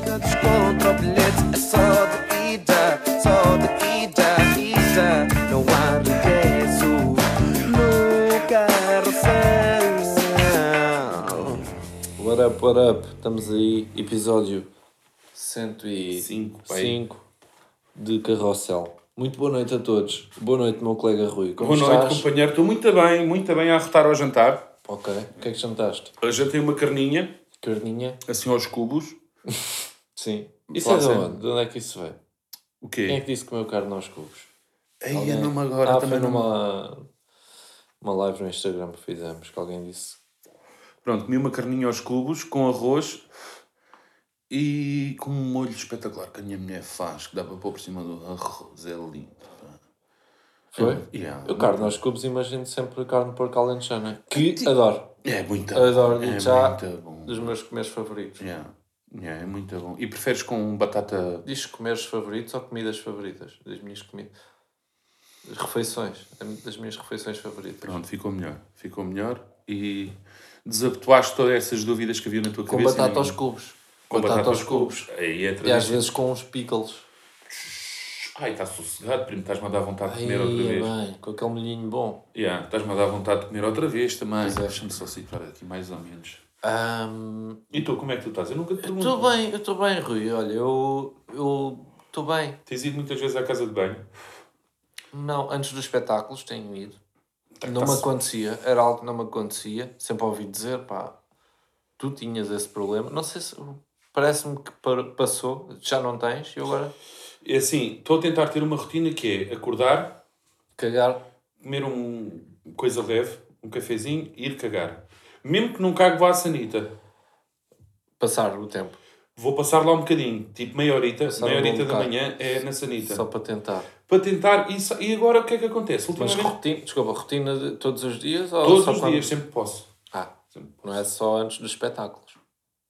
nada descontra o bilhete, é só de ida, só de ida, ida. Não há regresso no carrossel. What up, what up? Estamos aí, episódio 105 Cinco, pá, pá. cinco de Carrossel. Muito boa noite a todos. Boa noite, meu colega Rui. Como Boa estás? noite, companheiro. Estou muito bem, muito bem a arrotar ao jantar. Ok. O que é que jantaste? Eu já tenho uma carninha, Carninha? assim aos cubos. Sim. Isso Fala é de sério. onde? De onde é que isso veio? O Quem é que quê? disse que comeu carne aos cubos? Ai, Alguém? não me agora ah, também não foi me- numa uma live no Instagram que fizemos que alguém disse. Pronto, comi uma carninha aos cubos com arroz e com um molho espetacular que a minha mulher faz, que dá para pôr por cima do arroz. É lindo. pá. É, Foi? Yeah. Eu carne aos cubos imagino sempre carne de porco alentejana. Que adoro. É muito bom. Adoro. é E já muito bom. dos meus comeres favoritos. Yeah. Yeah, é muito bom. E preferes com batata... Diz comeres favoritos ou comidas favoritas? Das minhas comidas. Das refeições. Das minhas refeições favoritas. Pronto, ficou melhor. Ficou melhor e desabituaste todas essas dúvidas que havia na tua Com cabeça. batata e aos ninguém- cubos. Com batata aos cubos. Aí é E às tradição. vezes com uns pickles. Ai, está sossegado, primo. Estás-me a dar vontade de Ai, comer outra vez. bem, com aquele molhinho bom. Yeah, Estás-me a dar vontade de comer outra vez também. Pois é. Deixa-me só situar aqui, mais ou menos. Ahm, E tu, como é que tu estás? Eu nunca te pergunto. Estou bem, eu estou bem, Rui. Olha, eu eu estou bem. Tens ido muitas vezes à casa de banho. Não, antes dos espetáculos tenho ido. Não me Tá, tá-se- acontecia, era algo que não me acontecia. Sempre ouvi dizer, pá, tu tinhas esse problema. Não sei se. Parece-me que par- passou, já não tens, e agora É assim, estou a tentar ter uma rotina que é acordar, cagar. comer um coisa leve, um cafezinho e ir cagar. Mesmo que não cago, vá à sanita. Passar o tempo, Vou passar lá um bocadinho, tipo meia horita, Passar meia um bom horita da bocado. manhã é na sanita. só para tentar. Para tentar, e, sa- e agora o que é que acontece? Mas Ultimamente, rotina, desculpa, rotina de todos os dias? Ou todos só os quando- dias, sempre posso. Ah, não é só antes dos espetáculos.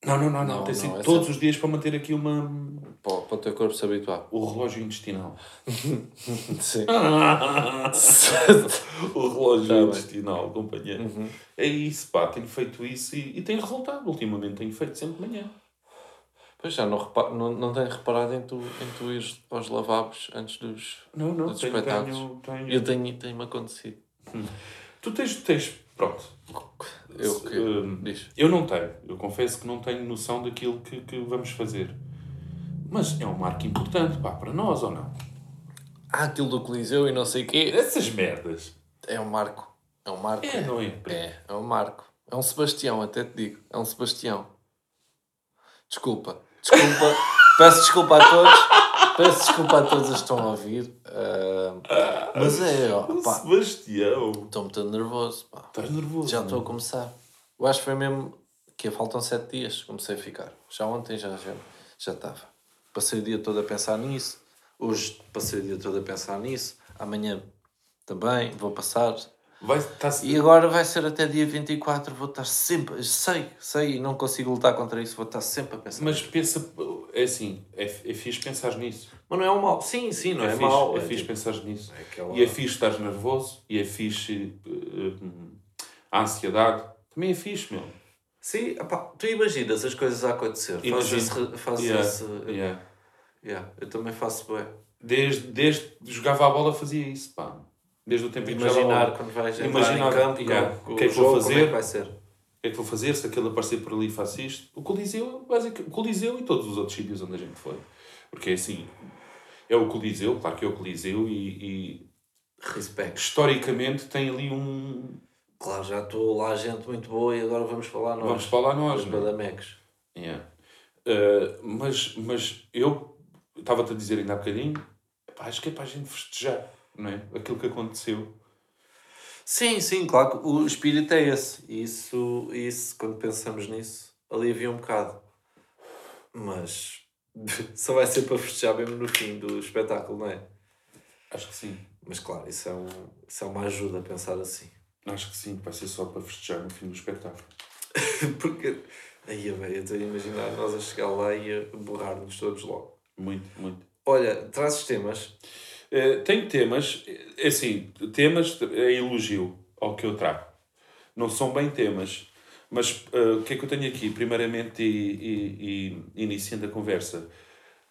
Não, não, não, não. Não, Tem não, sido é todos os dias para manter aqui uma... Para, para o teu corpo se habituar. o relógio intestinal. Sim. o relógio Tá bem. Uhum. intestinal, companheiro. É isso, pá. Tenho feito isso e, e tem resultado. Ultimamente tenho feito sempre de manhã. Pois já, não, repa- não, não tenho reparado em tu, em tu ires aos lavabos antes dos. Não, não. Dos Tenho, espetáculos. tenho, tenho- Eu tenho, tem-me acontecido. Tu tens, tens... Pronto. Eu que. Hum, Diz. Eu não tenho. Eu confesso que não tenho noção daquilo que, que vamos fazer. Mas é um marco importante, pá, para nós ou não? Ah, aquilo do Coliseu e não sei o quê. Essas merdas. É um marco. É um marco. É, não é? É, é um marco. É um Sebastião, até te digo. É um Sebastião. Desculpa. Desculpa. Peço desculpa a todos. Peço desculpa a todos os que estão a ouvir. Ah, mas é, ó, O pá. Sebastião. Estou muito nervoso, pá. Estás nervoso? Já não é? estou a começar. Eu acho que foi mesmo que faltam sete dias que comecei a ficar. Já ontem já já já estava. Passei o dia todo a pensar nisso. Hoje passei o dia todo a pensar nisso. Amanhã também vou passar. Vai, tá estás... E agora vai ser até dia 24. Vou estar sempre. Sei, sei, e não consigo lutar contra isso. Vou estar sempre a pensar. Mas pensa, é assim, é, é fixe pensar nisso. Mas não é um mal. Sim, sim, não é, é fixe, mal. é fixe pensar nisso. aquela- E é fixe estar nervoso, e é fixe eh, eh, a ansiedade. Também é fixe, meu. Sim, opá, tu imaginas as coisas a acontecer. Fazes Imagino. esse. re- Fazes Yeah, esse yeah. yeah, eu também faço bem. Desde, desde que jogava a bola fazia isso, pá. Desde o tempo em que jogava a bola. Imaginar quando vais imaginar Imaginar, em campo, yeah, com- com o que é que vou jogo, fazer? como é que vai ser? O que é que vou fazer? Se aquele aparecer por ali, faço isto. O Coliseu, basicamente, o Coliseu e todos os outros sítios onde a gente foi. Porque é assim, é o Coliseu, claro que é o Coliseu e, e Respect. historicamente tem ali um... Claro, já estou lá gente muito boa e agora vamos falar nós. Vamos falar nós, os não é? Badamecos. Yeah. Uh, mas, mas eu estava-te a dizer ainda há bocadinho, pá, acho que é para a gente festejar, não é? Aquilo que aconteceu. Sim, sim, claro que o espírito é esse. E Isso, isso, quando pensamos nisso, alivia um bocado. Mas só vai ser para festejar mesmo no fim do espetáculo, não é? Acho que sim. Mas claro, isso é, um, isso é uma ajuda a pensar assim. Acho que sim, vai ser só para festejar no fim do espetáculo. Porque aí bem, eu estou a imaginar nós a chegar lá e a borrar-nos todos logo. Muito, muito. Olha, trazes temas. Uh, tenho temas, é assim, temas é elogio ao que eu trago. Não são bem temas, Mas ah, o que é que eu tenho aqui, primeiramente, e, e- e iniciando a conversa?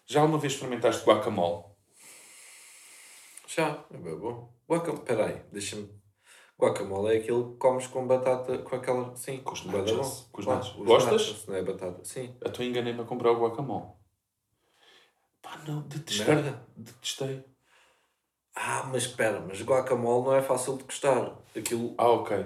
Já alguma vez experimentaste guacamole? Já, é bem bom. Guacamole, peraí, deixa-me. Guacamole é aquilo que comes com batata, com aquela. Sim, Com os bué da nachos. bom. Com os Claro, nachos. Gostas? nachos, não é batata. Sim. Eu estou enganei-me a comprar o guacamole. Pá, não, detestei. Merda. Detestei. Ah, mas espera, mas guacamole não é fácil de gostar. Aquilo Ah, ok.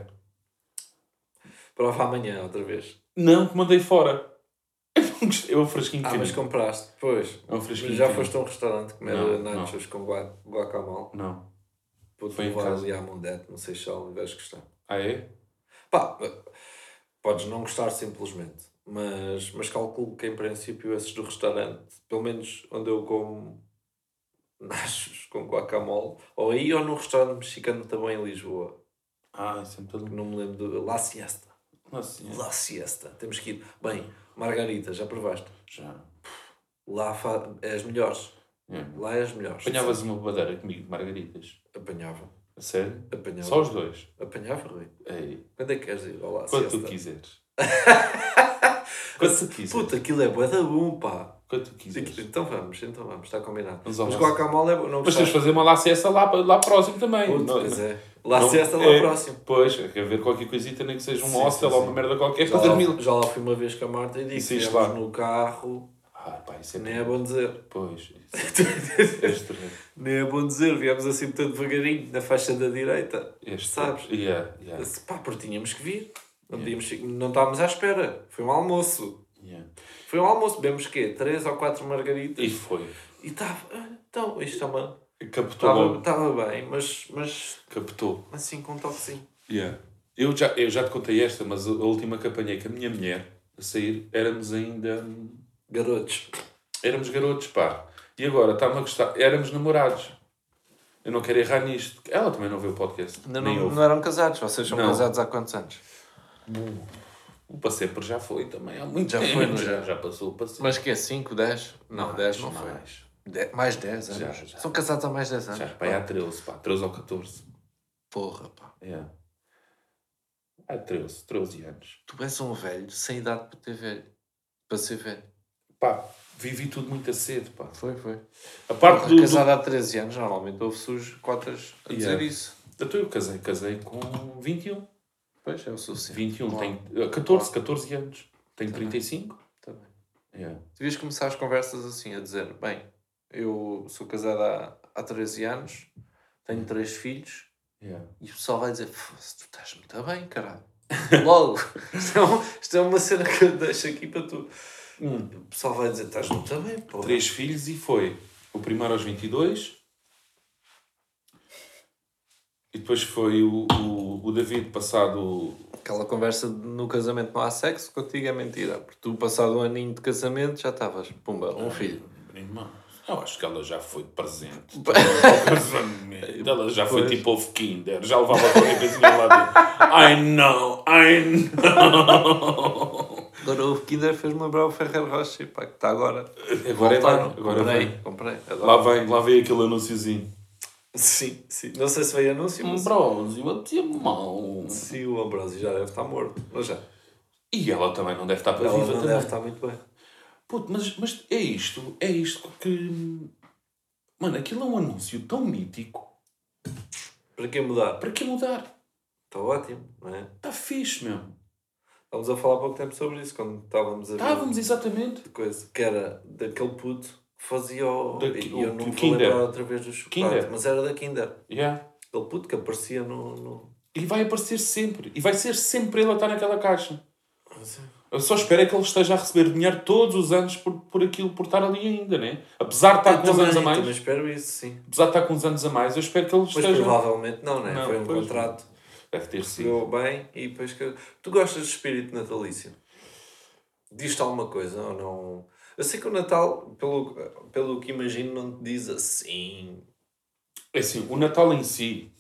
prova amanhã outra vez. Não, que mandei fora. Eu não gostei. É um fresquinho Ah, mas pequenino. compraste, pois. É um fresquinho Mas já pequenino. foste a um restaurante comer Não, nachos com gua guacamole. Não. Puto, Foi em levar casa. ali à Mondete, não sei se já vais gostar. Ah, é? Pá, podes não gostar simplesmente, mas, mas calculo que em princípio esses do restaurante, pelo menos onde eu como nachos com guacamole, ou aí ou no restaurante mexicano também em Lisboa, Ah, isso é muito que lindo. não me lembro de La Siesta. Nossa senhora. La Siesta, temos que ir. Bem, Margarita, já provaste? Já. Lá fa... é as melhores. É. Lá é as melhores. Apanhavas uma badeira comigo de margaritas. Apanhava. A sério? Apanhava. Só os dois. Apanhava, Rui. Ei, Quando é que queres ir? Olá, quando tu quiseres. quando tu quiseres. Puta, aquilo é bué da bom, pá. Quando tu Sim, quiseres. Então vamos, então vamos, está combinado. Vamos ao Mas lance. guacamole é bom, não Mas tens de gostaste? fazer uma lacessa lá, lá próximo também. Puto, Não- pois é. Lá não- sexta, lá é. próximo. Pois, é que haver qualquer coisita, nem que seja um Sim, hostel sim, ou sim. uma merda qualquer, Já para dormir. lá, já lá fui uma vez com a Marta e disse: Sim, estivemos claro. no carro, Ah, pá, isso é nem é bom dizer. Pois, isso é estranho. nem é bom dizer, viemos assim tão devagarinho, na faixa da direita. Este, É. Sabes? Yeah, yeah, Disse, Pá, porque tínhamos que vir. Não, podíamos, fi- não estávamos à espera. Foi um almoço. yeah. Foi um almoço. Bebemos quê? Três ou quatro margaritas. E Tá foi. E estava. ah, Então, isto é uma. Captou Estava logo. estava bem, mas, mas Captou. assim com um toquezinho. Yeah. Eu, já, eu já te contei esta, mas a a última que apanhei com a minha mulher a sair, éramos ainda. hum, Garotos. Éramos garotos, pá. E agora está-me a gostar. Éramos namorados. Eu não quero errar nisto. Ela também não vê o podcast. Ainda nem não, ouve. não eram casados, vocês são Não. casados há quantos anos? O passeio por já foi também. Há muito Já tempo. foi, não já, já? já passou o passeio. Mas que é 5, 10? Não, 10 não foi. mais. Dez- mais 10 anos. Ah, Já, já. São casados há mais 10 anos. Já, pá, é há 13, pá. 13 ou 14. Porra, pá. Yeah. Há 13, 13 anos. Tu és um velho sem idade para ter velho. Para ser velho. Pá, vivi tudo muito a cedo, pá. Foi, foi. A parte do... do... Casado há 13 anos, normalmente houve-se os cotas a dizer Yeah. isso. Então eu casei, casei com 21. Pois, é o suficiente. 21, Claro. tenho... 14, 14 anos. Tenho 35. Tá bem. Yeah. Devias começar as conversas assim, a dizer, bem, eu sou casado há, há 13 anos, tenho três filhos, Yeah. E o pessoal vai dizer: "Foda-se, tu estás muito bem, caralho. Logo, isto é, um- isto é uma cena que eu deixo aqui para tu. Hum. O pessoal vai dizer: estás muito bem, pô. Três filhos e foi. O primeiro aos 22. E depois foi o, o, o David passado... Aquela conversa de no casamento não há sexo, contigo é mentira. Porque tu, passado um aninho de casamento, já estavas, pumba, um filho. Irmão, eu acho que ela já foi presente. Pá. ela já foi Pois. tipo ovo Kinder, já levava qualquer coisinha lá dentro. I know, I know. Agora o Kinder fez-me lembrar o Ferrer Rocha, pá, que está agora. Agora Voltaram. vai, agora comprei, vai. comprei. adoro. Lá vem, lá vem aquele anunciozinho. Sim, sim. Não sei se veio anúncio, mas. Ambrósio, Um eu te amo. Sim, o Ambrosio já deve estar morto. Mas já. E ela também não deve estar para Ela viva não também. deve estar muito bem. Puto, mas, mas é isto, é isto que... Mano, aquilo é um anúncio tão mítico. Para que mudar? Para que mudar? Está ótimo, não é? Está fixe, meu. Estávamos a falar há pouco tempo sobre isso, quando estávamos a ver um tipo Estávamos exatamente. de coisa, que era daquele puto que fazia o... Daqui- e eu o não vou Kinder. lembrar outra vez do chocolate, Kinder. mas era da Kinder. Yeah. Aquele puto que aparecia no... no... E vai aparecer sempre. E vai ser sempre ele a estar naquela caixa. não sei. Eu só espero é que ele esteja a receber dinheiro todos os anos por, por aquilo, por estar ali ainda, né? Apesar de estar Eu com uns anos a também mais, espero isso, sim. apesar de estar com uns anos a mais, eu espero que ele Mas esteja. provavelmente não, né? Não, Foi um pois. contrato. Deve ter sido. Pegou bem e depois que... Tu gostas de espírito natalício? Diz-te alguma coisa ou não? Eu sei que o Natal, pelo, pelo que imagino, não te diz assim... É assim, o Natal em si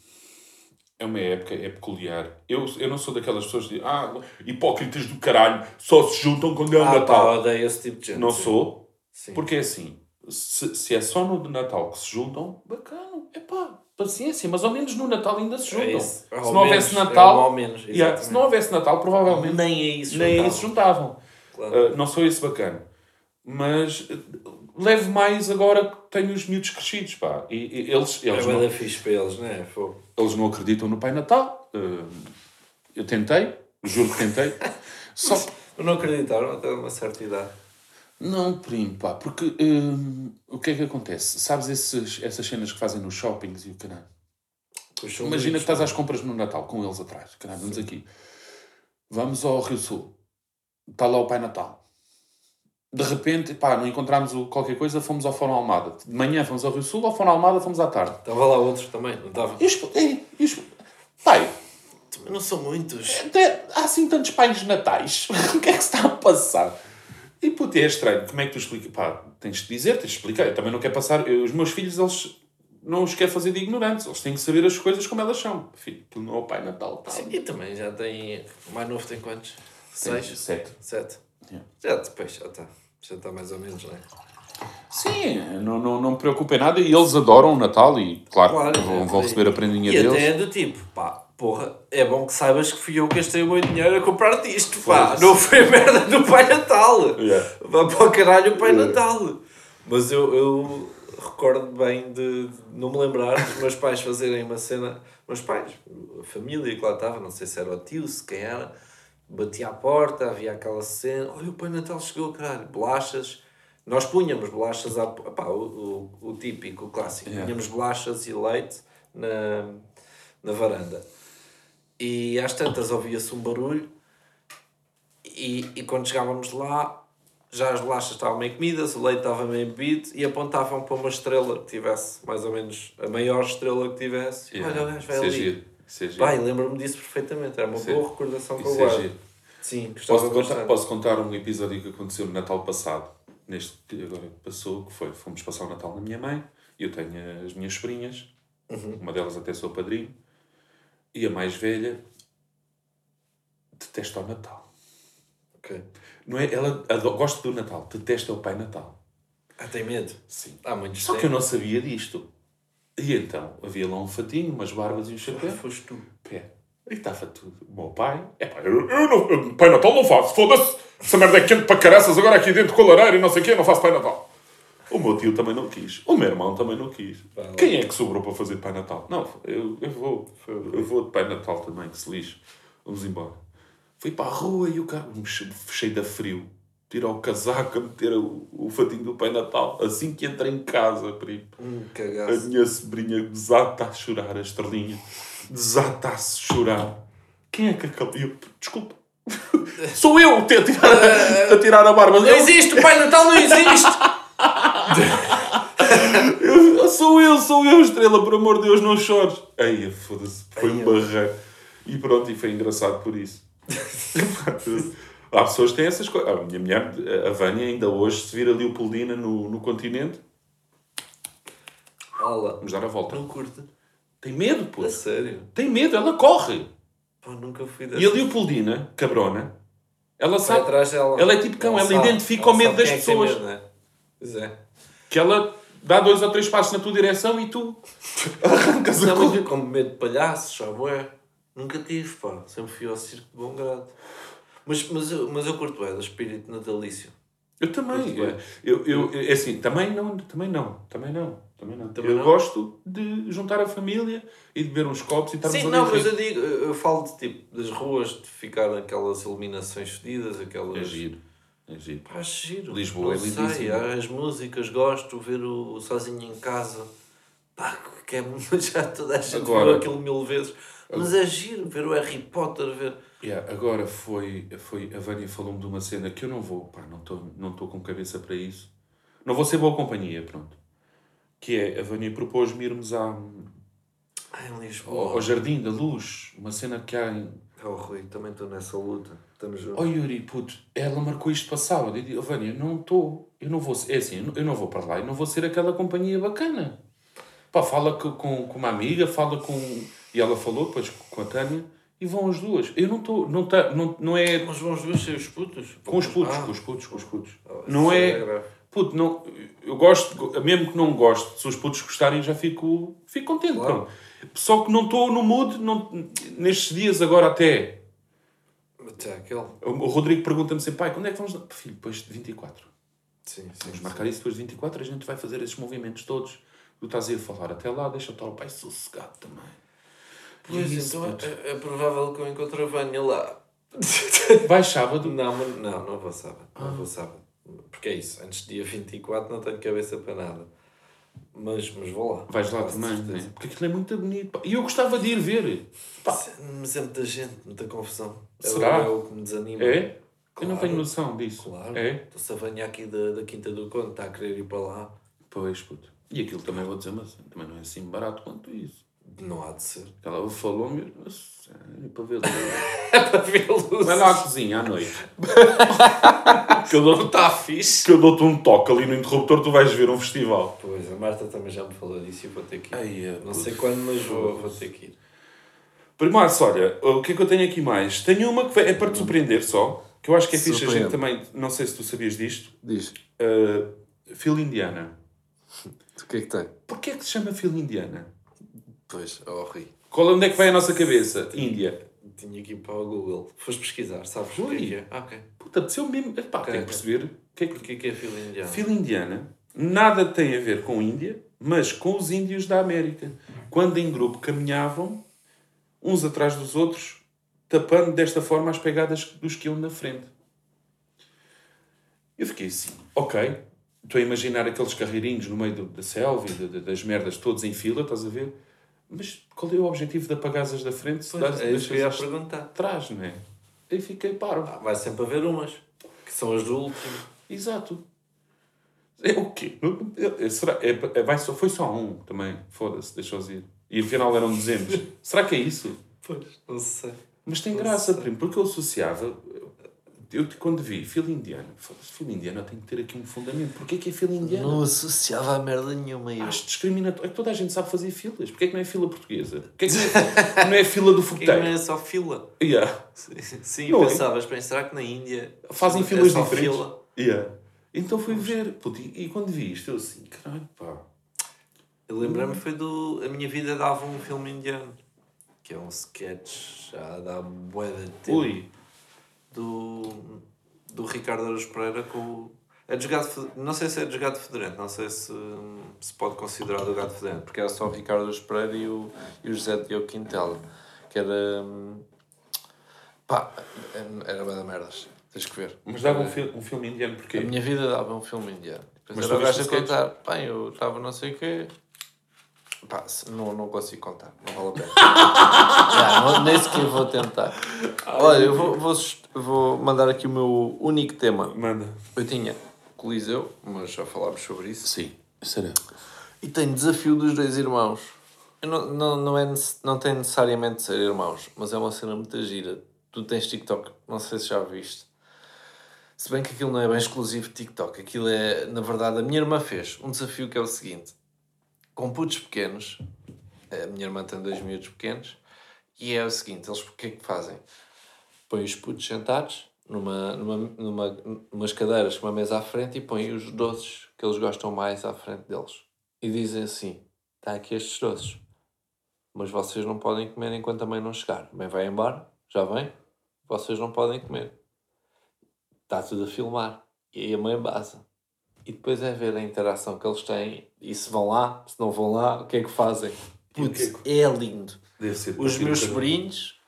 é uma época, é peculiar. Eu, eu não sou daquelas pessoas que dizem, ah, hipócritas do caralho, só se juntam quando é o Ah, pá, Natal. odeio esse tipo de gente. não sim. sou, Sim. porque é assim, se, se é só no de Natal que se juntam, bacana. Epá, paciência, mas ao menos no Natal ainda se juntam. É isso. se Ao não houvesse menos, Natal. é um ao menos, Yeah, se não houvesse Natal, provavelmente Nem a isso nem a juntavam. isso juntavam. Claro. Uh, não sou esse bacana. Mas uh, levo mais agora que tenho os miúdos crescidos, pá. E, e eles, É eles, bué não, da fixe para eles, não é? Fogo. eles não acreditam no Pai Natal. Uh, eu tentei, juro que tentei. Só que Mas Não acreditaram até uma certa idade. Não, primo, pá, porque hum, o que é que acontece? Sabes esses, essas cenas que fazem nos shoppings e o caralho? Os Imagina sombrinhos, que estás às compras no Natal com eles atrás. Caralho, vamos aqui. Vamos ao Rio Sul. Está lá o Pai Natal. De repente, pá, não encontramos o- qualquer coisa, fomos ao Fórum Almada. De manhã fomos ao Rio Sul, ao Fórum Almada fomos à tarde. Estava lá outros também, não estava? E os, e, e os, pai, Também não são muitos. até há assim tantos pais de natais. o que é que se está a passar? E puto, é estranho. Como é que tu explicas? Pá, tens de dizer, tens de explicar. Eu também não quero passar. eu- os meus filhos, eles não os quero fazer de ignorantes. Eles têm que saber as coisas como elas são. Filho, tu não é o Pai Natal. Tá? Sim, e também já tem. O mais novo tem quantos? Tens Seis? sete. Sete? Yeah. Já depois, já está. Já está mais ou menos, não é? Sim, não, não, não me preocupa em nada. E eles adoram o Natal e, claro, Claro, vão, é, vão sim. receber a prendinha E até deles. é do tipo, pá, porra, é bom que saibas que fui eu que gastei o meu dinheiro a comprar-te isto, pá. Foda-se. Não foi a merda do Pai Natal. Yeah. Vá para o caralho o Pai Yeah. Natal. Mas eu, eu recordo bem de de não me lembrar dos meus pais fazerem uma cena. Meus pais, a família que lá estava, não sei se era o tio, se quem era, batia à porta, havia aquela cena. Olha, o Pai Natal chegou, caralho, bolachas. Nós punhamos bolachas à. p- Pá, o, o, o típico, o clássico. Yeah. Punhamos bolachas e leite na, na varanda. E às tantas ouvia-se um barulho e, e quando chegávamos lá, já as bolachas estavam meio comidas, o leite estava meio bebido e apontavam para uma estrela que tivesse, mais ou menos, a maior estrela que tivesse. Yeah. Olha, o gajo vai Isso é ali. giro. Isso é giro. Pai, lembro-me disso perfeitamente. Era uma Isso é- boa recordação que eu isso é guardo. giro. Sim, gostava Posso contar, bastante. posso contar um episódio que aconteceu no Natal passado, neste que agora passou, que foi, fomos passar o Natal na minha mãe, eu tenho as minhas sobrinhas, uma delas até sou padrinho, e a mais velha detesta o Natal. Ok. Não é? Ela ado- gosta do Natal, detesta o Pai Natal. Ah, tem medo? Sim. Há muitos Só têm. que eu não sabia disto. E então, havia lá um fatinho, umas barbas e um chapéu. Foste tu. Pé. E estava tudo. O meu pai. É pá, eu, eu não. eu- pai Natal não faço, foda-se. Essa merda é quente para caraças agora aqui dentro com a lareira e não sei o quê, eu não faço Pai Natal. O meu tio também não quis. O meu irmão também não quis. Pá, lá. Quem é que sobrou para fazer Pai Natal? Não, eu, eu vou. Eu vou de Pai Natal também, que se lixe. Vamos embora. Fui para a rua e o cara. me che- Cheio de frio. Tirar o casaco, a meter o, o fatinho do Pai Natal. Assim que entra em casa, primo. Hum, A cagaço. minha sobrinha desata a chorar, a estrelinha. Desata-se a chorar. Quem é que acabou? Eu, desculpa. Sou eu a tirar a, a, tirar a barba. Não existe! O Pai Natal não existe! Eu- eu- sou eu, sou eu, estrela, por amor de Deus, não chores. Eia, foda-se, foi um Eia. barra. E pronto, e foi engraçado por isso. Há pessoas que têm essas coisas. A minha mulher, a Vânia, ainda hoje, se vir a Leopoldina no, no continente, Olá. vamos dar a volta. Não curto. Tem medo, pô. A sério? Tem medo, ela corre. Pá, nunca fui E dessa. a Leopoldina, cabrona, ela Vai sabe atrás dela. ela é tipo cão, ela sabe- identifica ela o medo sabe das quem é que tem pessoas. medo, não é? Pois é. que ela dá dois ou três passos na tua direção e tu arrancas a Não, mas correr. eu como medo de palhaços, já bué. Nunca tive, pá. Sempre fui ao circo de bom grado. Mas, mas, eu, mas eu curto bem do espírito natalício. Eu também. Muito bem. Eu, eu, é assim, também não, também não, também não, também não. Também eu não? gosto de juntar a família e de beber uns copos e estarmos Sim, ali não, a mas rir. eu digo, eu eu falo de tipo, das ruas, de ficar aquelas iluminações fedidas, aquelas... É giro, é giro. Pá, acho giro. Lisboa é Não sei, lindíssimo. As músicas, gosto, ver o Sozinho em Casa. Pá, que é já toda a gente Agora- viu aquilo mil vezes. Mas é giro ver o Harry Potter, ver... Yeah, agora foi, foi. A Vânia falou-me de uma cena que eu não vou, pá, não estou não tô com cabeça para isso. Não vou ser boa companhia, pronto. Que é, a Vânia propôs-me irmos à, Ah, em ao, Lisboa. ao Jardim da Luz, uma cena que há em, É o Rui, também estou nessa luta. Estamos juntos. Oh Yuri, puto, ela marcou isto para sábado. E digo, Vânia, eu não estou. Eu não vou ser. É assim, eu não- eu não vou para lá e não vou ser aquela companhia bacana. Pá, fala co- com, com uma amiga, fala com. E ela falou, depois com a Tânia, e vão as duas. Eu não estou. Não, tá, não, não é. Mas vão os dois ser os putos? Com os putos, Ah, com os putos, com os putos. oh, Não isso é. grave. Puto, não. Eu eu gosto, go- mesmo que não gosto, se os putos gostarem, já fico, fico contente. Claro. pronto. Só que não estou no mood, não, nestes dias agora até. Até é aquele. O o Rodrigo pergunta-me sempre, pai, quando é que vamos. dar-" Filho, depois de 24. Sim, Vamos sim. marcar isso depois de 24, a gente vai fazer esses movimentos todos. Tu estás aí a falar até lá, deixa estar o pai sossegado também. Por isso, então, é, é provável que eu encontre a Vânia lá. Vai eh, sábado. não, mas- não, não vou sábado. Não vou sábado. Porque é isso, antes do dia 24 não tenho cabeça para nada. Mas, mas vou lá. Vais lá Quase também, certeza. né? porque aquilo é muito bonito. pá. E eu gostava de ir ver. Pá, Mas é muita gente, muita confusão. É o- Será? É o que me desanima. é? Eu não Claro. tenho noção disso. Claro. É? Estou-se a venha aqui da, da Quinta do Conde, está a querer ir para lá. Pois, puto. E aquilo também vou dizer, mas também não é assim barato quanto isso. Não há de ser. Ela falou-me, eu, sério, para ver. é luzes." para ver luzes. Vai lá à cozinha à noite. que tá eu dou- Está fixe. que eu dou-te um toque ali no interruptor, tu vais ver um festival. Pois, a Marta também já me falou disso e eu vou ter que ir. Ai, é, não sei quando, mas vou, vou ter que ir. Primaço, olha, o que é que eu tenho aqui mais? Tenho uma que vai- é para te surpreender só, que eu acho que é fixe a gente Surpreende. também, não sei se tu sabias disto, Diz, uh, Phil Indiana. o que é que tem? Porquê é que se chama Phil Indiana? Pois, oh Rui, Qual, onde é que vai a nossa cabeça? Índia. tinha que ir para o Google. Foste pesquisar, sabes o Ui. que é que é? Ah, ok. Puta, apeteceu mesmo. Epá, tem que perceber. o Que é que... O que é que é fila indiana? Phil Indiana nada tem a ver com Índia, mas com os índios da América. Quando em grupo caminhavam, uns atrás dos outros, tapando desta forma as pegadas dos que iam na frente. Eu fiquei assim, ok. Estou a imaginar aqueles carreirinhos no meio do- da selva e de- de- das merdas todos em fila, estás a ver? Mas qual é o objetivo de apagar as da frente se Pois, das, é isso que eu ia deixas as perguntar. atrás, não é? Aí fiquei paro. Ah, vai sempre haver umas, que são as do último. Exato. É o quê? É- é- Será, é, é- vai só, foi só um também. Foda-se, deixou-os ir. E afinal eram 200. Será que é isso? Pois, não sei. Mas tem graça, primo, porque eu associava. Eu quando vi fila indiana, foda-se, fila indiana tem que ter aqui um fundamento. Porquê que é fila indiana? Não associava a merda nenhuma eu. Acho discriminatório. É que toda a gente sabe fazer filas. Porquê é que não é fila portuguesa? Porquê é que não é, não é fila do Porque não fogueteiro? é só fila. Yeah. Sim, Não é? pensavas, bem, será que na Índia Fazem é filas só diferentes. fila? Yeah. Então fui ver. Puto, e, e quando vi isto, eu assim, caralho, pá. Eu Hum. lembrei-me foi do A Minha Vida Dava um Filme Indiano, que é um sketch já dá bué de tempo, Ui. do, do Ricardo Araújo Pereira com o... É dos Gato Fed- não sei se é dos Gato Federante, não sei se, se pode considerar do Gato Federante, porque era só o Ricardo Araújo Pereira e o, e o José Diogo Quintela, que era... hum, Pá, era bué de merdas, tens que ver. Mas dava um, fil- um filme indiano A porquê? minha vida dava um filme indiano. Depois Mas era o tu viste gajo a o sketch? contar. Bem, eu estava não sei o quê. Pá, se- não, não consigo contar. Não vale a pena. Já, não- nem sequer vou tentar. Olha, eu vou, vou, sus- vou mandar aqui o meu único tema. Manda. Eu tinha Coliseu, mas já falámos sobre isso. Sim. Será? E tem desafio dos dois irmãos. Eu Não, não, não, é, nece- não tem necessariamente de ser irmãos, mas é uma cena muito gira. Tu tens TikTok, não sei se já viste. Se bem que aquilo não é bem exclusivo de TikTok, aquilo é, na verdade, a minha irmã fez um desafio que é o seguinte: com putos pequenos, a minha irmã tem dois miúdos pequenos, e é o seguinte: eles o que é que fazem? Põem os putos sentados numa, numa, numa, numas cadeiras com uma mesa à frente e põem os doces que eles gostam mais à frente deles. E dizem assim: está aqui estes doces, mas vocês não podem comer enquanto a mãe não chegar. A mãe vai embora, já vem, vocês não podem comer. Está tudo a filmar. E aí a mãe baza. E depois é ver a interação que eles têm e se vão lá, se não vão lá, o que é que fazem. E o que é Putz, é lindo Deve ser. os porque meus nunca- sobrinhos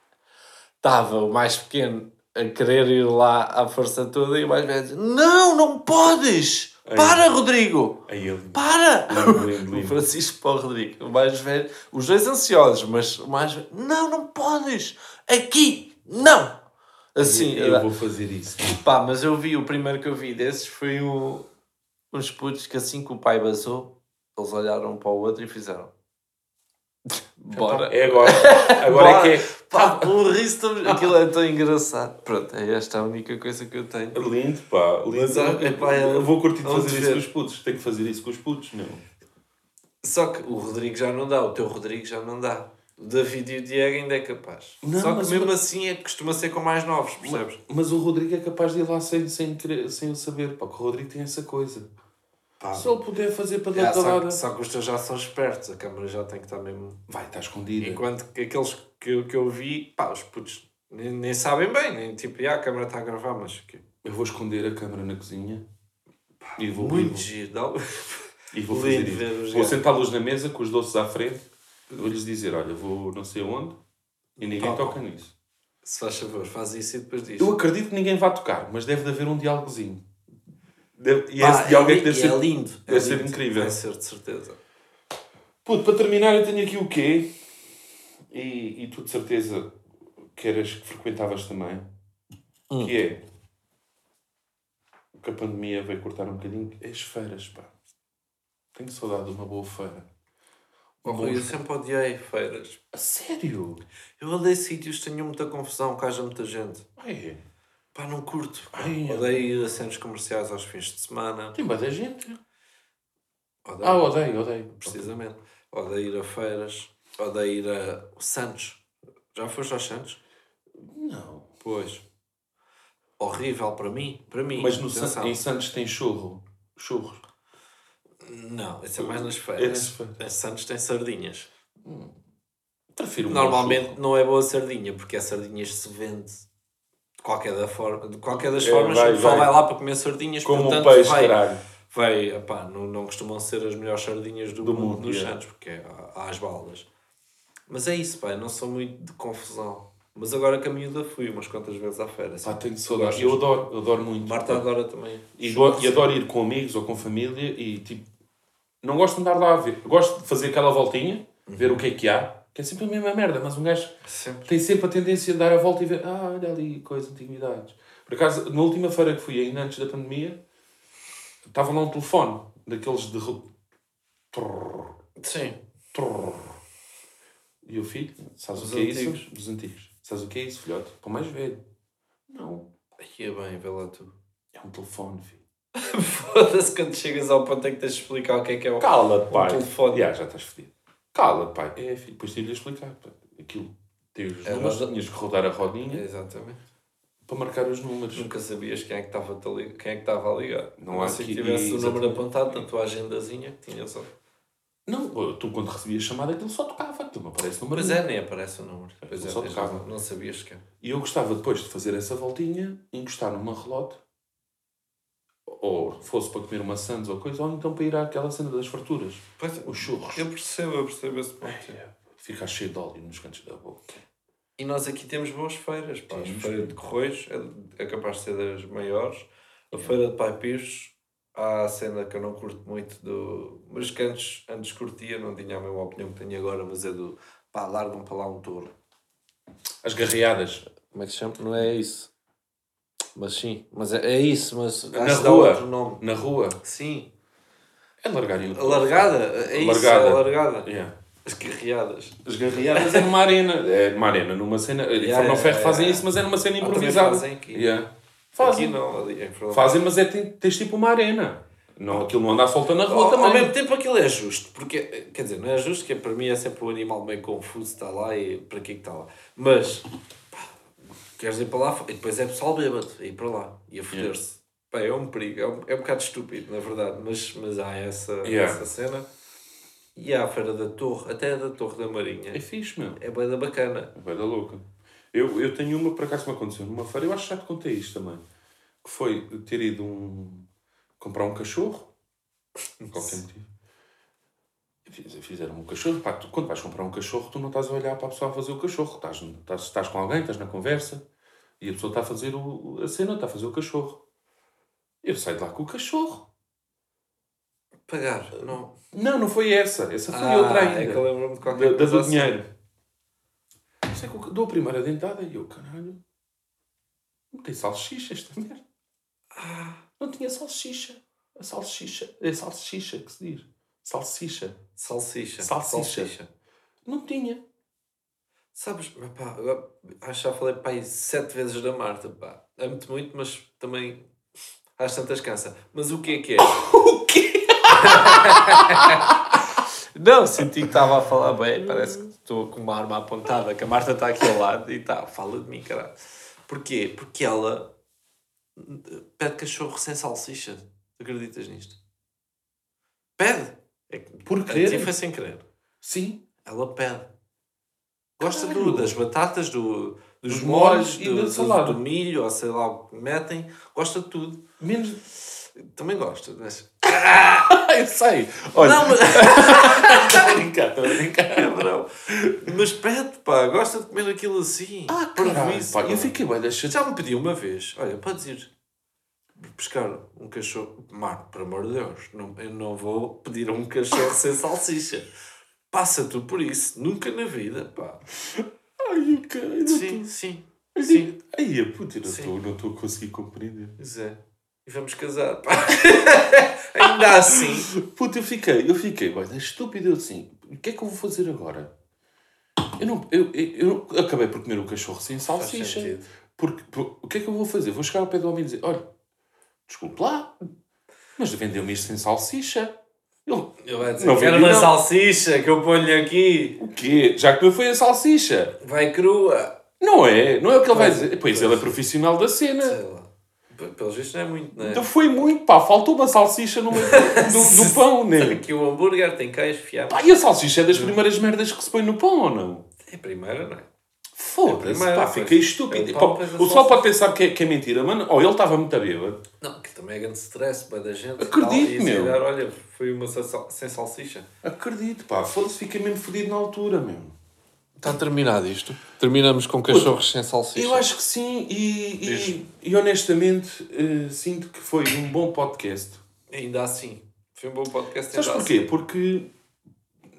estava o mais pequeno a querer ir lá à força toda e o mais velho dizia, não, não podes para Rodrigo Aí ele. para Lindo, lindo, o lindo. Francisco para o Rodrigo o mais velho, os dois ansiosos mas o mais velho, não, não podes aqui, não assim, Eu vou fazer isso. Pá, mas eu vi, o primeiro que eu vi desses foi o, uns putos que assim que o pai basou, eles olharam um para o outro e fizeram. Bora. É agora. Agora é que é. Pá, o riso tão- Aquilo é tão engraçado. Pronto, é esta a única coisa que eu tenho. Lindo, pá. Lindo. Mas, ah, epá, é- eu vou curtir de vamos fazer isso ver. com os putos. Tenho que fazer isso com os putos, não. Só que o Rodrigo já não dá, o teu Rodrigo já não dá. O David e o Diego ainda é capaz. Não, Só que mas mesmo assim é que costuma ser com mais novos, percebes? Mas o Rodrigo é capaz de ir lá sem, sem, querer- sem o saber, pá. Que o Rodrigo tem essa coisa. Pá, Se ele puder fazer é, só, pedalada. que- só que os teus já são espertos, a câmara já tem que estar mesmo. Vai, tá está escondida. Enquanto que aqueles que, eu- que eu vi, pá, os putos nem, nem sabem bem, nem tipo, "Ya, a câmara está a gravar, mas. Que... Eu vou esconder a câmera na cozinha e vou, e Muito vou, giro, dá- e vou fazer Lindo ver os isto. Vou gajos. sentá-los na mesa com os doces à frente. Vou-lhes dizer: olha, vou não sei onde e ninguém Pá. toca nisso. Se faz favor, faz isso e depois diz. Eu acredito que ninguém vai tocar, mas deve de haver um diálogozinho. Deve- e Pá, esse diálogo é que li- deve e ser. é lindo. é deve ser lindo. incrível. Vai ser de certeza. Puto, para terminar, eu tenho aqui o quê? E, e tu de certeza que eras que frequentavas também. Que é. o Que a pandemia veio cortar um bocadinho. As feiras, pá. Tenho saudade de uma boa feira. Oh, Rui, eu sempre odiei feiras. A sério? Eu odeio sítios, tenho muita confusão, caja muita gente. É. Pá, não curto. Ai, odeio ir a centros comerciais aos fins de semana. Tem bada gente. Odeio, Ah, odeio, odeio. precisamente. Odeio ir a feiras. Odeio ir a Santos. Já foste aos Santos? Não. Pois. Horrível para mim. Para mim. Mas no atenção. San... em Santos tem churro. Churros. Não, isso é mais nas É nas feiras. feiras. Em Santos tem sardinhas. Prefiro um bom Normalmente não é boa sardinha, porque a sardinha se vende de qualquer, da forma, de qualquer das É, formas. vai, o pessoal vai. vai lá para comer sardinhas, churro. Como um portanto peixe, vai, caralho. vai epá, não, não costumam ser as melhores sardinhas do, Do mundo mundo, nos yeah. Santos, porque é, há, há as baldas. Mas é isso, pá, eu não sou muito de confusão. Mas agora que a miúda fui umas quantas vezes à feira. Pá, Assim. tenho saudades. Eu adoro, eu adoro muito. Marta adora também. E, go- e adoro ir com amigos ou com família e tipo. Não gosto de andar lá a ver. Gosto de fazer aquela voltinha, ver o que é que há, que é sempre a mesma merda, mas um gajo Sempre. tem sempre a tendência de dar a volta e ver, ah, olha ali, coisa, antiguidades. Por acaso, na última feira que fui, ainda antes da pandemia, estava lá um telefone, daqueles de. ru- Trrr, Sim. trrr. E o filho, sabes Dos o que é antigos. isso? Dos antigos. Sabes o que é isso, filhote? Para o mais velho. Não. Aqui é bem, vê lá tu. É um telefone, filho. Foda-se quando chegas ao ponto em que tens de explicar o que é que é o. Cala-te, pai. telefone. Ya, já estás fedido. Cala-te, pai. É, filho, depois tive-lhe a explicar. pá. Aquilo, tem os A números, roda- tinhas que rodar a rodinha Exatamente. para marcar os números. Nunca sabias quem é que estava a ligar. Quem é que estava a ligar. Não Não há se aqui- tivesse o número exatamente. apontado na tua agendazinha que tinha só. Não, tu quando recebias chamada aquilo só tocava, aquilo não aparece número. Mas nenhum. é, nem aparece o número. Pois é, só tens tocava. razão. não sabias que é. E eu gostava depois de fazer essa voltinha, encostar numa relote, ou fosse para comer uma sandes ou coisa, ou então para ir àquela cena das farturas, Pois, os churros. eu percebo, eu percebo esse ponto. Ficar é, cheio de óleo nos cantos da boca. E nós aqui temos boas feiras. Pá. A Temos. feira de Correios é, é capaz de ser das maiores. A feira de Pai Pires, há a cena que eu não curto muito do. Mas que antes, antes curtia, não tinha a mesma opinião que tenho agora, mas é do. Pá, largam para lá um touro. As garreadas. Como é que se chama? Não é isso. Mas sim, mas é, é isso, mas Na acho que dá rua. outro nome. Na rua. Sim. É largarem o A largada, é isso, Largada. é a largada. Yeah. As carreadas. As garreadas é numa arena. É numa arena, numa cena. em Yeah, Forno ao yeah, Ferro yeah, fazem yeah. Ah, isso, mas é numa cena também improvisada. fazem aqui. Yeah. Aqui Fazem. não, ali em Fernando. Fazem, mas é, tem- tens tipo uma arena. Não, aquilo não anda à solta na Ao, rua ao também. mesmo tempo aquilo é justo, porque, quer dizer, não é justo, que para mim é sempre um animal meio confuso, está lá e para que é que está lá. Mas, pá, queres ir para lá, e depois é pessoal bêbado, a ir para lá e a foder-se. Pá, é um perigo, é um, é um bocado estúpido, na verdade, mas, mas há essa, Yeah. essa cena. E há a Feira da Torre, até a da Torre da Marinha. É fixe, meu. É bem da bacana. É da louca. Eu, eu tenho uma, por acaso me aconteceu numa feira, eu acho que já te contei isto também. Que foi ter ido um. comprar um cachorro. Por qualquer motivo. E fiz- Fizeram um cachorro. Pá, tu, quando vais comprar um cachorro, tu não estás a olhar para a pessoa a fazer o cachorro. Estás, estás, estás com alguém, estás na conversa e a pessoa está a fazer o, a cena, está a fazer o cachorro. Eu saio de lá com o cachorro. Pagar, não. Não, não foi essa. Essa foi Ah, outra ainda. é que eu lembro-me de qualquer da, da do coisa assim. dinheiro. assim. Sei que eu dou a primeira dentada e eu, caralho, não tem salsicha esta merda. Ah. Não tinha salsicha. A salsicha, é salsicha que se diz. Salsicha. Salsicha. Salsicha. Não tinha. Sabes, mas pá, agora, acho que já falei pá, aí sete vezes da Marta, pá. Amo-te muito, mas também às tantas cansa. Mas o que é que é? O quê? Não, senti que estava a falar bem. Parece que estou com uma arma apontada, que a Marta está aqui ao lado e está, fala de mim, caralho. Porquê? Porque ela eh, pede cachorro sem salsicha. Acreditas nisto? Pede. É que Por a querer. Tia foi sem querer. Sim. Ela pede. Gosta do- das batatas, do, dos Dos molhos, molhos e do, da do- salada. do milho, ou sei lá o que metem. Gosta de tudo. Menos. Também gosta, mas... Ah, eu sei. Olha, Não, mas... estou a brincar, estou a brincar. Não. Mas pede, pá, gosta de comer aquilo assim. Ah, Por caralho, isso. pá, eu fiquei bem deixado. Já me pedi uma vez, olha, podes ir pescar um cachorro. Marco, por amor de Deus, não, eu não vou pedir um cachorro sem salsicha. Passa tu por isso, nunca na vida, pá. Ai, o caralho. não Sim, sim, tô- sim. Ai, eu, puta, eu não Sim. estou- não estou a conseguir compreender. Pois é. E vamos casar, pá. Ainda assim. Puta, eu fiquei, eu fiquei, mas é estúpido eu assim. O que é que eu vou fazer agora? Eu não, eu, eu, eu acabei por comer o cachorro sem salsicha. sentido. Porque, por- o que é que eu vou fazer? Vou chegar ao pé do homem e dizer: olha, desculpe lá, mas vendeu-me isto sem salsicha. Ele, Ele vai dizer, Não quero vendi, uma não. salsicha que eu ponho aqui. o quê? Já comeu foi a salsicha. Vai crua. Não é, não é o que ele vai dizer. Pois ele é profissional da cena. Sei lá. P- Pelos vistos não é muito, não é? Então foi muito, pá, faltou uma salsicha no meio do, do- do pão, né? Aqui o hambúrguer tem queijo, fiado. Pá, e a salsicha é das primeiras merdas que se põe no pão ou não? É a primeira, não é? É a Foda-se, primeira pá, coisa. fiquei estúpido. É o Pá, pau, depois a o pessoal salsa. pode pensar que é, que é mentira, mano. Ou ele estava muito a bêbado. Não, que também é grande stress para da gente. e Acredito, tal, e se meu. calhar, olha, foi uma sem sal- sem salsicha. Acredito, pá, foda-se, fiquei mesmo fodido na altura, mesmo. Está Tá terminado isto? Terminamos com cachorros sem salsicha. Eu acho que sim, e, e, e honestamente eh, sinto que foi um bom podcast. Ainda assim. Foi um bom podcast. Sabes ainda porquê? Porque,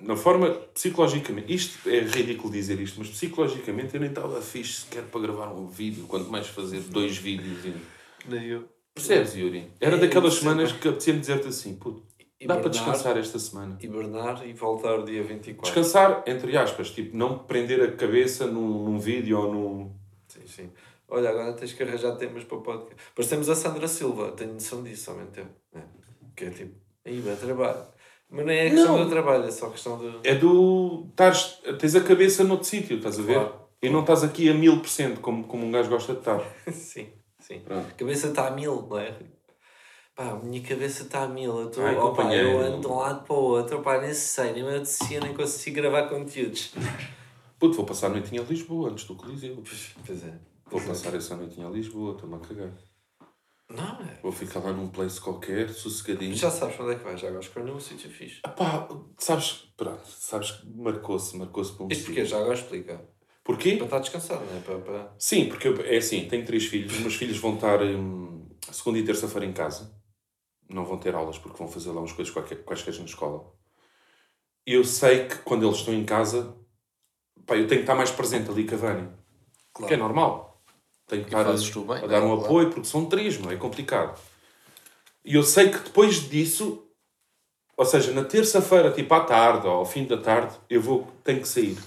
na forma, psicologicamente, isto é ridículo dizer isto, mas psicologicamente eu nem estava fixe sequer para gravar um vídeo, quanto mais fazer dois vídeos. E... assim. Nem eu. Percebes, Yuri? Era É, daquelas sim, semanas que apetecia-me dizer-te assim, puto, E dá para Bernardo? descansar esta semana. Hibernar e voltar dia 24. Descansar, entre aspas, tipo, não prender a cabeça num, num vídeo ou num. Sim, sim. Olha, agora tens que arranjar temas para o podcast. Parecemos a Sandra Silva, tenho noção disso ao mesmo tempo. É. Que é tipo, aí vai trabalho. Mas nem é questão Não. do trabalho, é só questão de. É do. Tares, tens a cabeça noutro sítio, estás a ver? Claro. E não estás aqui a mil por cento, como, como um gajo gosta de estar. sim, sim. Pronto. A cabeça está a mil, não é? Pá, a minha cabeça está a mil. Eu, tô, Ai, oh, pá, companheiro. eu ando de um lado para o outro, pá, nem sei, nem me apetecia, nem consigo gravar conteúdos. Puto, vou passar a noitinha a Lisboa, antes do Coliseu. Pois é. Vou passar essa noitinha a Lisboa, estou-me a cagar. Não, é. Vou ficar lá num place qualquer, sossegadinho. Já sabes para onde é que vais, já agora escolhi um sítio fixe. Pá, sabes, pronto, sabes que marcou-se, marcou-se para um Isto sítio. porque já agora explica. Porquê? Para estar descansado, não é? Para, para... Sim, porque eu- é assim, tenho três filhos, os meus filhos vão estar hum, segunda e terça-feira em casa, não vão ter aulas porque vão fazer lá umas coisas qualquer, quaisquer na escola. Eu sei que quando eles estão em casa, pá, eu tenho que estar mais presente ali com a Vânia, que é normal. Tenho que estar a, fazes tu bem, a dar um claro. apoio porque são três, não é? É complicado. E eu sei que depois disso, ou seja, na terça-feira, tipo à tarde ou ao fim da tarde, eu vou, tenho que sair.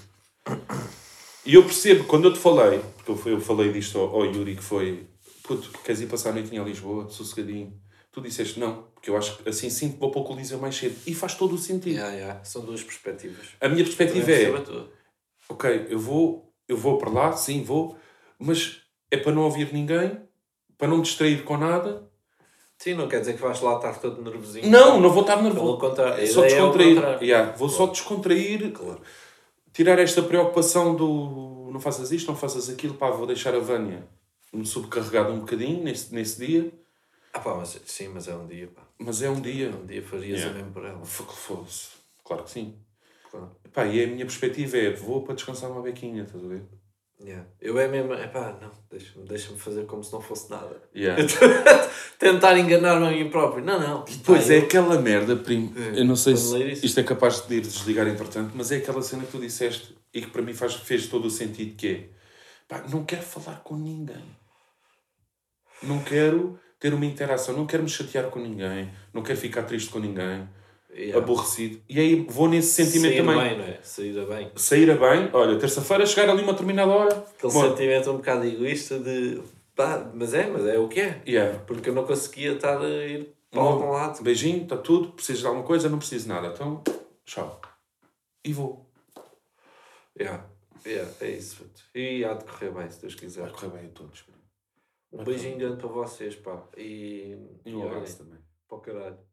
E eu percebo, quando eu te falei, porque eu, fui- eu falei disto ao, ao Yuri, que foi, puto, queres ir passar a noitinha a Lisboa, sossegadinho? Tu disseste não, porque eu acho que assim sinto que vou para o Coliseu mais cedo. E faz todo o sentido. Yeah, yeah. São duas perspectivas. A minha perspectiva Também é, percebo a tua. ok, eu vou, eu vou para lá, sim, vou, mas é para não ouvir ninguém, para não me distrair com nada. Sim, não quer dizer que vais lá estar todo nervosinho. Não, não vou estar Pelo nervoso. contrário. Só a ideia é o descontrair. contrário. Yeah, vou só Claro. descontrair, Claro. tirar esta preocupação do não faças isto, não faças aquilo, pá, vou deixar a Vânia me subcarregada um bocadinho nesse, nesse dia, Ah pá, mas sim, mas é um dia, pá. mas é um dia. Um dia farias Yeah. a mesmo por ela. F- que fosse. Claro que sim. Claro. Pá, e a minha perspectiva é, vou para descansar uma bequinha, estás a ver? Yeah. Eu é mesmo, é pá, não, deixa-me deixa fazer como se não fosse nada. Yeah. Tentar enganar-me a mim próprio. Não, não. Pois Pá, é, Ah, eu- aquela merda, primo. É, eu não sei vamos se ler isso. isto é capaz de ir desligar entretanto, mas é aquela cena que tu disseste e que para mim faz, fez todo o sentido que é pá, não quero falar com ninguém. Não quero ter uma interação, não quero me chatear com ninguém, não quero ficar triste com ninguém, é Yeah. aborrecido. E aí vou nesse sentimento Sair também. bem, não é? Sair a bem. Sair a bem, olha, terça-feira chegar ali uma determinada hora. Aquele bom, sentimento um bocado egoísta de pá, mas é, mas é o que é. yeah. Porque eu não conseguia estar a ir para Bom, algum lado. Beijinho, está tudo, precisas de alguma coisa, não preciso de nada. Então, tchau. E vou. Yeah. Yeah, é isso. puto. E há de correr bem, se Deus quiser. Vai correr bem a todos. primo. Um beijinho grande para vocês, pá. E. Então. E um olhem, abraço também. Para o caralho.